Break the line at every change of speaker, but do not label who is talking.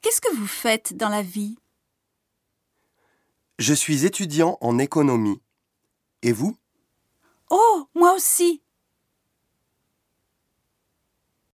Qu'est-ce que vous faites dans la vie
Je suis étudiant en économie. Et vous
Oh, moi aussi